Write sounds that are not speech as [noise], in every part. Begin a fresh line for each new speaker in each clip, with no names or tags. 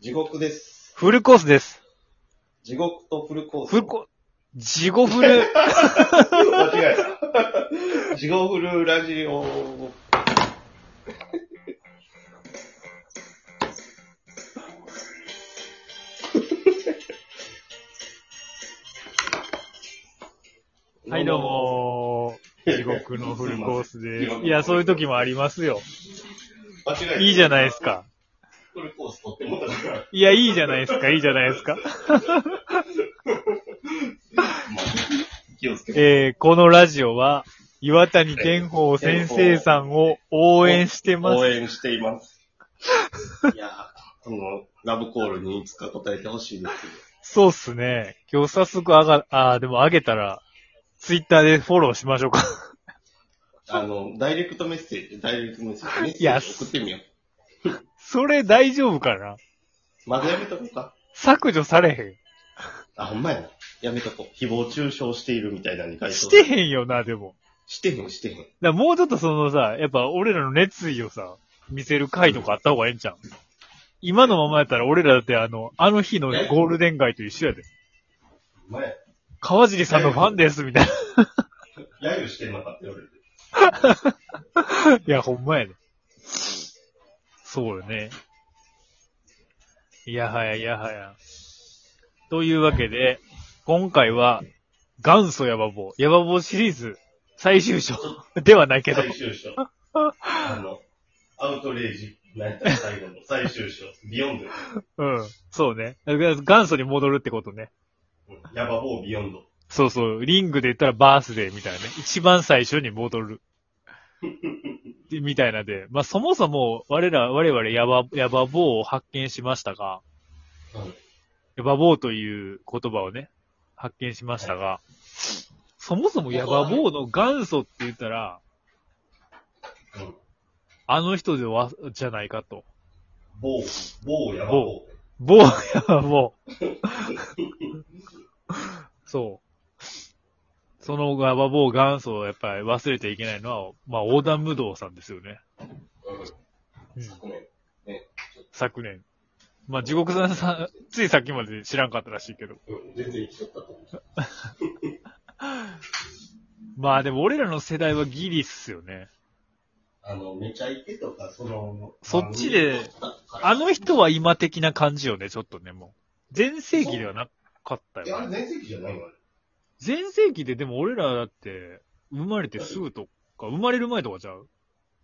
地獄です。
フルコースです。
地獄とフルコース。
フルコ、地獄フル。
間違えた。 [laughs] 地獄フルラジオ。
[laughs] はい、どう。もー。地獄のフルコース
すいま
で
せん
す。いや、そういう時もあります [laughs] よ。
間違えた。。
いいじゃないいですか。
フルコース取ってもらったから。
いや、いいじゃないですか、いいじゃないです [laughs] か。
まあ気をつけて。
えー、このラジオは、岩谷健宝先生さんを応援してます。
応援しています。いやー、このラブコールにいつか答えてほしいです。
そうっすね。今日早速あが、あー、でも上げたら、ツイッターでフォローしましょうか。 [laughs]
あの、ダイレクトメッセージ、ダイレクトメッセージ、メッ
い
セー
[laughs] や
ジ送ってみよう。
それ大丈夫かな
まずやめとこうか。
削除されへ
あ、ほんまやな。やめとこう。誹謗中傷しているみたいなに書い
ん。
て
してへんよな、でも。
してへん、してへん。
だからもうちょっとそのさ、やっぱ俺らの熱意をさ、見せる回とかあった方がええんちゃう今のままやったら俺らだってあの、あの日のゴールデン街と一緒やで。
お前、
川尻さんのファンです、みたいな。
揶揄してんのかって言われて。
いや、ほんまやで。そうよね。いやはや、いやはや。というわけで、今回は、元祖ヤバ棒、ヤバ棒シリーズ、最終章ではないけど、
最終章。あの、アウトレイジ、なんやったら最後の最終章。ビヨンド。
うん、そうね。だから元祖に戻るってことね。
うんヤバボービヨンド。
そうそう、リングで言ったらバースデーみたいなね。一番最初に戻る。でみたいなで。まあ、そもそも、我ら、我々ヤバ、ヤバ棒を発見しましたが、
うん
ヤバ棒という言葉をね、発見しましたが、そもそもヤバ棒の元祖って言ったら、
うん。
あの人では、じゃないかと。
ボー、ボーヤバボ
棒ヤバ
[laughs]
棒。そう。そのヤバ棒元祖をやっぱり忘れていけないのは、まあ、横断無道さんですよね。
ー。うん。
うん
昨年。
昨年。まあ、地獄さんさん、ついさっきまで知らんかったらしいけど。
うん。全然生きとったと思う。
まあでも俺らの世代はギリっすよね。
あの、めちゃイケとか、その、
そっちで
番組とか、
あの人は今的な感じよね、ちょっとね、もう。前世紀ではなかった
いや、あ
よ
れ全
ね。
盛期じゃないのあれ
前世紀ででも俺らだって、生まれてすぐとか、生まれる前とかちゃう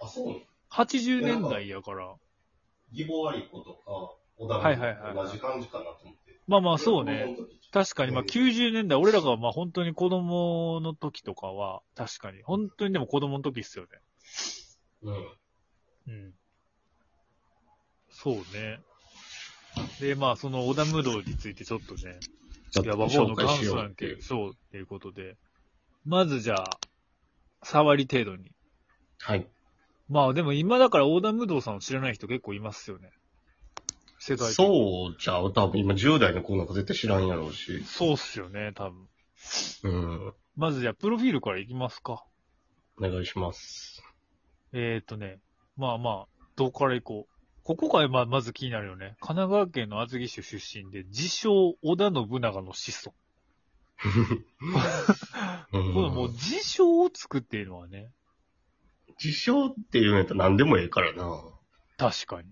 あ、そうなの
?80 年代やから。
義母アリコとか、小田
はいはいはい
同じ感じかなと思って。
まあまあそうね。
子供の時
確かに、まあ90年代、俺らがまあ本当に子供の時とかは、確かに、本当にでも子供の時っすよね。
うん。
うん。そうね。で、まあその小田無道についてちょっとね、ヤバ坊の元祖なんて、そうっていうことで、まずじゃあ、触り程度に。
はい。
まあでも今だから横断無道さんを知らない人結構いますよね。世代的に
そうちゃう多分今10代の子なんか絶対知らんやろうし。
そうっすよね、多分。
うん。
まずじゃあ、プロフィールからいきますか。
お願いします。
えっ、ー、とね、まあまあ、どこから行こう。ここがまあまず気になるよね。神奈川県の厚木市出身で、自称織田信長の子孫。
うん
このもう自称をつくっていうのはね、
自称っていうのやったら何でもええからな。
確かに。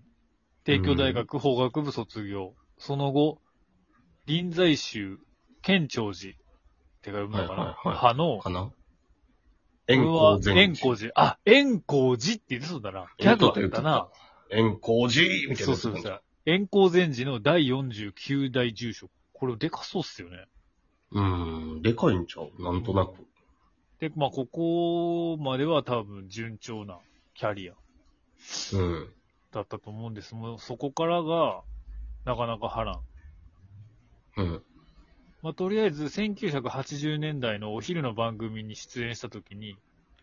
帝京大学法学部卒業。その後、臨済宗、県庁寺ってが読むのかな、
はいはいはい
派の、
かな
これ
円
は
光
円
全
光寺。あ、円光寺って言ってそうだな。ギャグあったな。。
円光寺みたい
そ
な。
うそうそう。円光禅寺の第49代住職。これでかそうっすよね。
うん。でかいんちゃうなんとなく。
で、まあ、ここまでは多分順調なキャリア
うん。
だったと思うんです。もうそこからが、なかなか波乱。
うん。
まあ、とりあえず、1980年代のお昼の番組に出演したときに、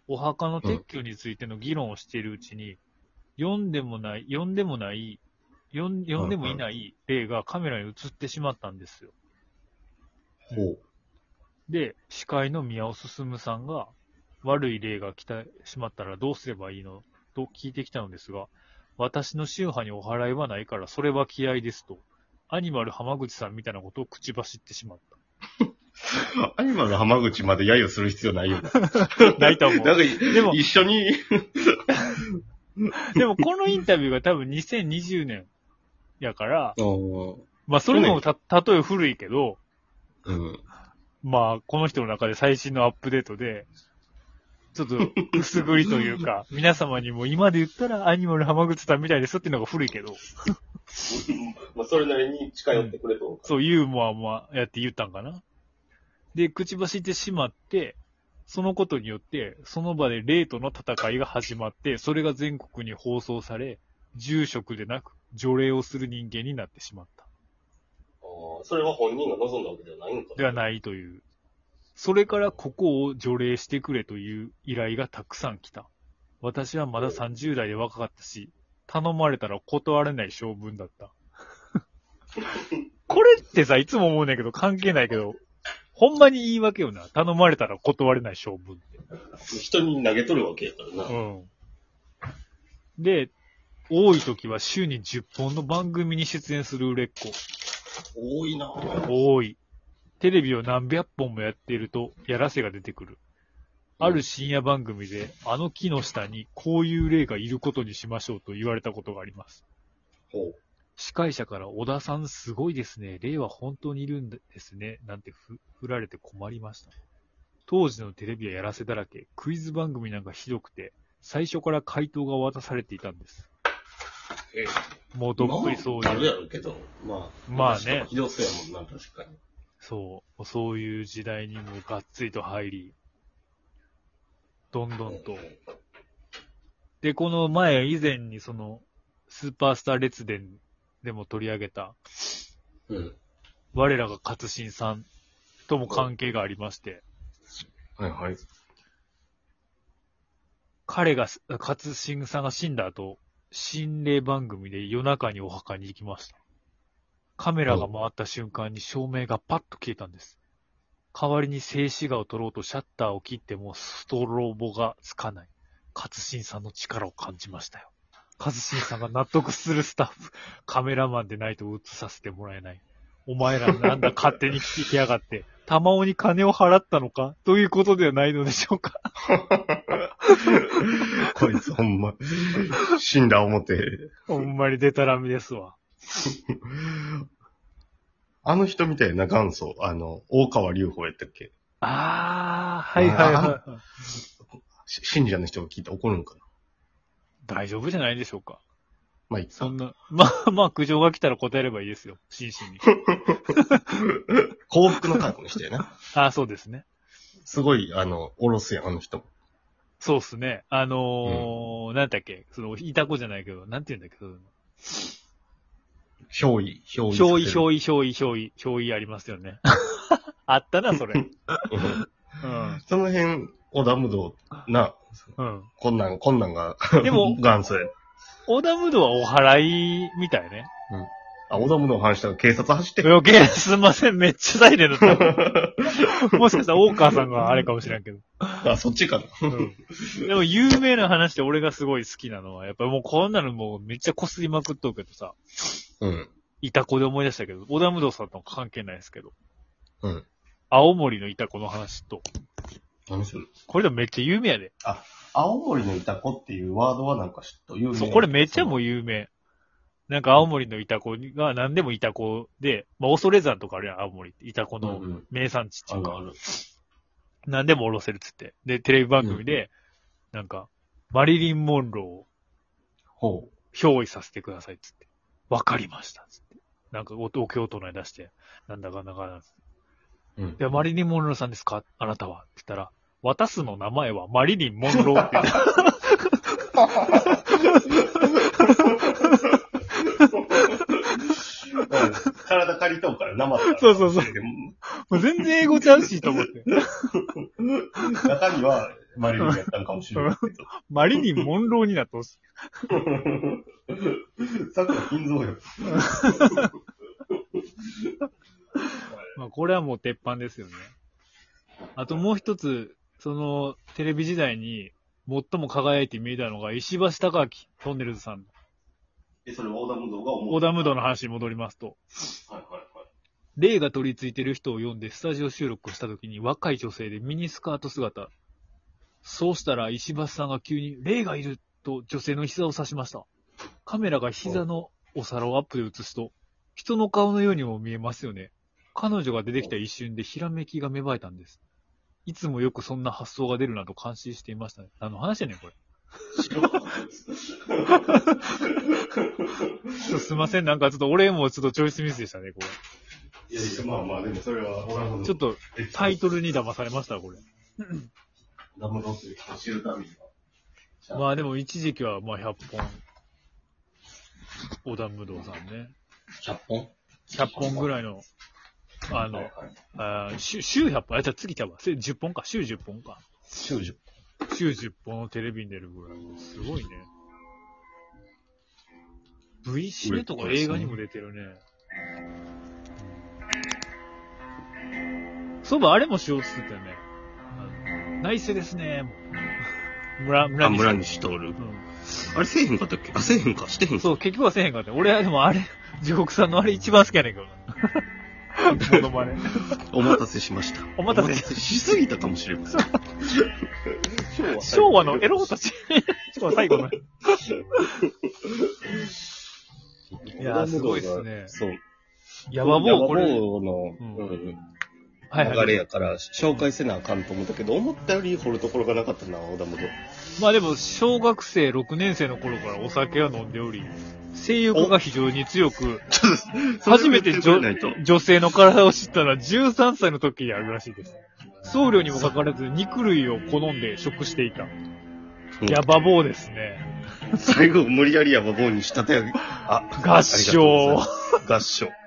お墓の撤去についての議論をしているうちに、読んでもない、読んでもない、読ん読んでもいない例がカメラに映ってしまったんですよ。
ほう。
で、司会の宮尾進さんが、悪い例が来てしまったらどうすればいいのと聞いてきたのですが、私の宗派にお祓いはないから、それは気合ですと。アニマル浜口さんみたいなことを口走ってしまった。
[laughs] アニマル浜口まで揶揄する必要ないよな。
[laughs] ないと思う
なんか、
でも、
一緒に、
でもこのインタビューが多分2020年やから、
うん
まあそれでもた、例え古いけど、
うん。
まあこの人の中で最新のアップデートで、ちょっと薄食いという [laughs] か、皆様にも今で言ったらアニマル浜口さんみたいですっていうのが古いけど、
まあ、それなりに近寄ってくれと。
そうユーモアもやって言ったんかな。で、口走ってしまって、そのことによって、その場で霊との戦いが始まって、それが全国に放送され、住職でなく除霊をする人間になってしまった。
あーそれは本人が望んだわけではないんか
ではないという。それからここを除霊してくれという依頼がたくさん来た。私はまだ30代で若かったし、頼まれたら断れない性分だった。これってさ、いつも思うねんけど、関係ないけど、ほんまに言い訳よな。頼まれたら断れない性分って。
人に投げとるわけやからな。
うん。で、多い時は週に10本の番組に出演する売れっ子。
多いなぁ
多い。テレビを何百本もやっていると、やらせが出てくる。ある深夜番組で、あの木の下にこういう霊がいることにしましょうと言われたことがあります。
ほ
司会者から、小田さんすごいですね。霊は本当にいるんですね。なんてふ振られて困りました。当時のテレビはやらせだらけ、クイズ番組なんかひどくて、最初から回答が渡されていたんです。
え
もう
う。
どっぷりそう
まあなる
いう、
やろうけど。まあ。
まあね
ひどそうやもんな、確かに。
そう、もうそういう時代にもうがっつりと入り、どんどんと、で、この前、以前にその、スーパースター列伝でも取り上げた、
うん。
我らが勝新さんとも関係がありまして、
はいはい。
彼が、勝新さんが死んだ後、心霊番組で夜中にお墓に行きました。カメラが回った瞬間に照明がパッと消えたんです。代わりに静止画を撮ろうとシャッターを切ってもストロボがつかない。勝新さんの力を感じましたよ。勝新さんが納得するスタッフ、カメラマンでないと映させてもらえない。お前らなんだ勝手に来てきやがって、玉尾に金を払ったのかということではないのでしょうか
[laughs] こいつほんま、死んだ思って。
ほんまにデタラメですわ。
あの人みたいな元祖、あの、大川隆法やったっけ
ああ、はいはいはい。
し信者の人が聞いて怒るんかな
大丈夫じゃないでしょうか。
まあ、いっ
そ
か
んな、まあまあ苦情が来たら答えればいいですよ。真 [laughs] 摯に。
幸福のカードにしてな。
ああ、そうですね。
[laughs] すごい、あの、おろすやん、あの人も。
そうっすね。あのーなんだっけ、その、いたこじゃないけど、なんて言うんだっけ、そ
憑依、憑依。
の、憑依、憑依、憑依、憑依、憑依ありますよ [laughs] ね。あったな、それ。
うん
うん。
その辺、小田無道、な、
うん。
こんなん、こんなんが、
でも
[laughs] 元祖や。
オダムドはお祓いみたいね。
あ、小田無道の話したら警察走 [laughs] ってる。
余計、すんません、めっちゃ大連だった。もしかしたら、大川さんがあれかもしれんけど。
あ、そっちかな。
うんでも有名な話で俺がすごい好きなのは、やっぱりもうこんなのもうめっちゃこすりまくっとくけどさ、
うん。
イタコで思い出したけど、小田武道さんとは関係ないですけど、
うん。
青森のイタコの話と、
何する
これでもめっちゃ有名やで。
青森のイタコっていうワードはなんか知っと有名
そう、これめっちゃも
う。
う有名。なんか青森のイタコが何でもイタコで、まあ恐山とかあるやん、青森って。イタコ
うん
の
うん。
名産地って
あ
いう
る
か、
ある。
何でもおろせるっつって。で、テレビ番組で、なんか、マリリン・モンローを
ほう。
憑依させてくださいっつって。わかりましたっつって。なんかお、お経を唱え出して、なんだかんだかなんです。
うん
で、マリリン・モンローさんですかあなたはって言ったら、私の名前はマリリン・モンローって言った。
[laughs] 体借りとうから生だから
そうそうそう
で
[laughs] もう全然英語ちゃうしと思って。
中身はマリリンやったんかもしれないけど。
[laughs] マリリン・モンローになってほしい。
さっきの金蔵よ。
まあ、これはもう鉄板ですよね。あともう一つ、その、テレビ時代に最も輝いて見えたのが、石橋貴明、トンネルズさん。
え、それはオーダームドが思
オーダームードの話に戻りますと。霊が取り付いてる人を呼んでスタジオ収録をした時に若い女性でミニスカート姿。そうしたら石橋さんが急に霊がいると女性の膝を刺しました。カメラが膝のお皿をアップで映すと、人の顔のようにも見えますよね。彼女が出てきた一瞬でひらめきが芽生えたんです。いつもよくそんな発想が出るなと感心していましたね。何の話やねん、これ。
知らなか
[laughs]
ったです。
ちょっとすいません、なんかちょっと俺もちょっとチョイスミスでしたね、これ。
いやいや、まあまあ、でもそれは、俺の
ちょっとタイトルに騙されました、これ。
ダムロスる人を知るためには。
まあでも一時期はまあ100本。小田武道さんね。
100本
100本ぐらいの、あ
は
の
い、はい
あー週週100本、あ、じゃあ次ちゃうわ。せ10本か、週10本か。
週10
週10本のテレビに出るぐらい。すごいね。V シネとか映画にも出てるね。そういえばあれもしようっつってたよね。あのナイスですね。もう村、村
あ、
西
村西徹。
うん
あれせえへんかったっけあ、せえへんか、して [laughs] へんか。
そう、結局はせえへんかった。俺はでもあれ、地獄さんのあれ一番好きやねんけどな。モノマネ。
お待たせしました。
お待たせ
しすぎたかもしれません。
[laughs] 昭和のエロたち。昭和最後の。いやー、すごいっすね。
そう。
ヤバボー、こ
ヤ
れ。
バ坊の、
うん
うん
はいは
流れ
い。
やから、紹介せなあかんと思ったけど、思ったより掘るところがなかったな、小田本。
まあでも、小学生6年生の頃からお酒は飲んでおり、性欲が非常に強く、初めて
それ
女
は言ってくれない
女性の体を知ったのは13歳の時にあるらしいです。僧侶にもかかわらず肉類を好んで食していた。ヤバボーですね。
と最後、無理やりヤバボーに仕立て上げ、あ、ありが
合唱
とうございます。合唱。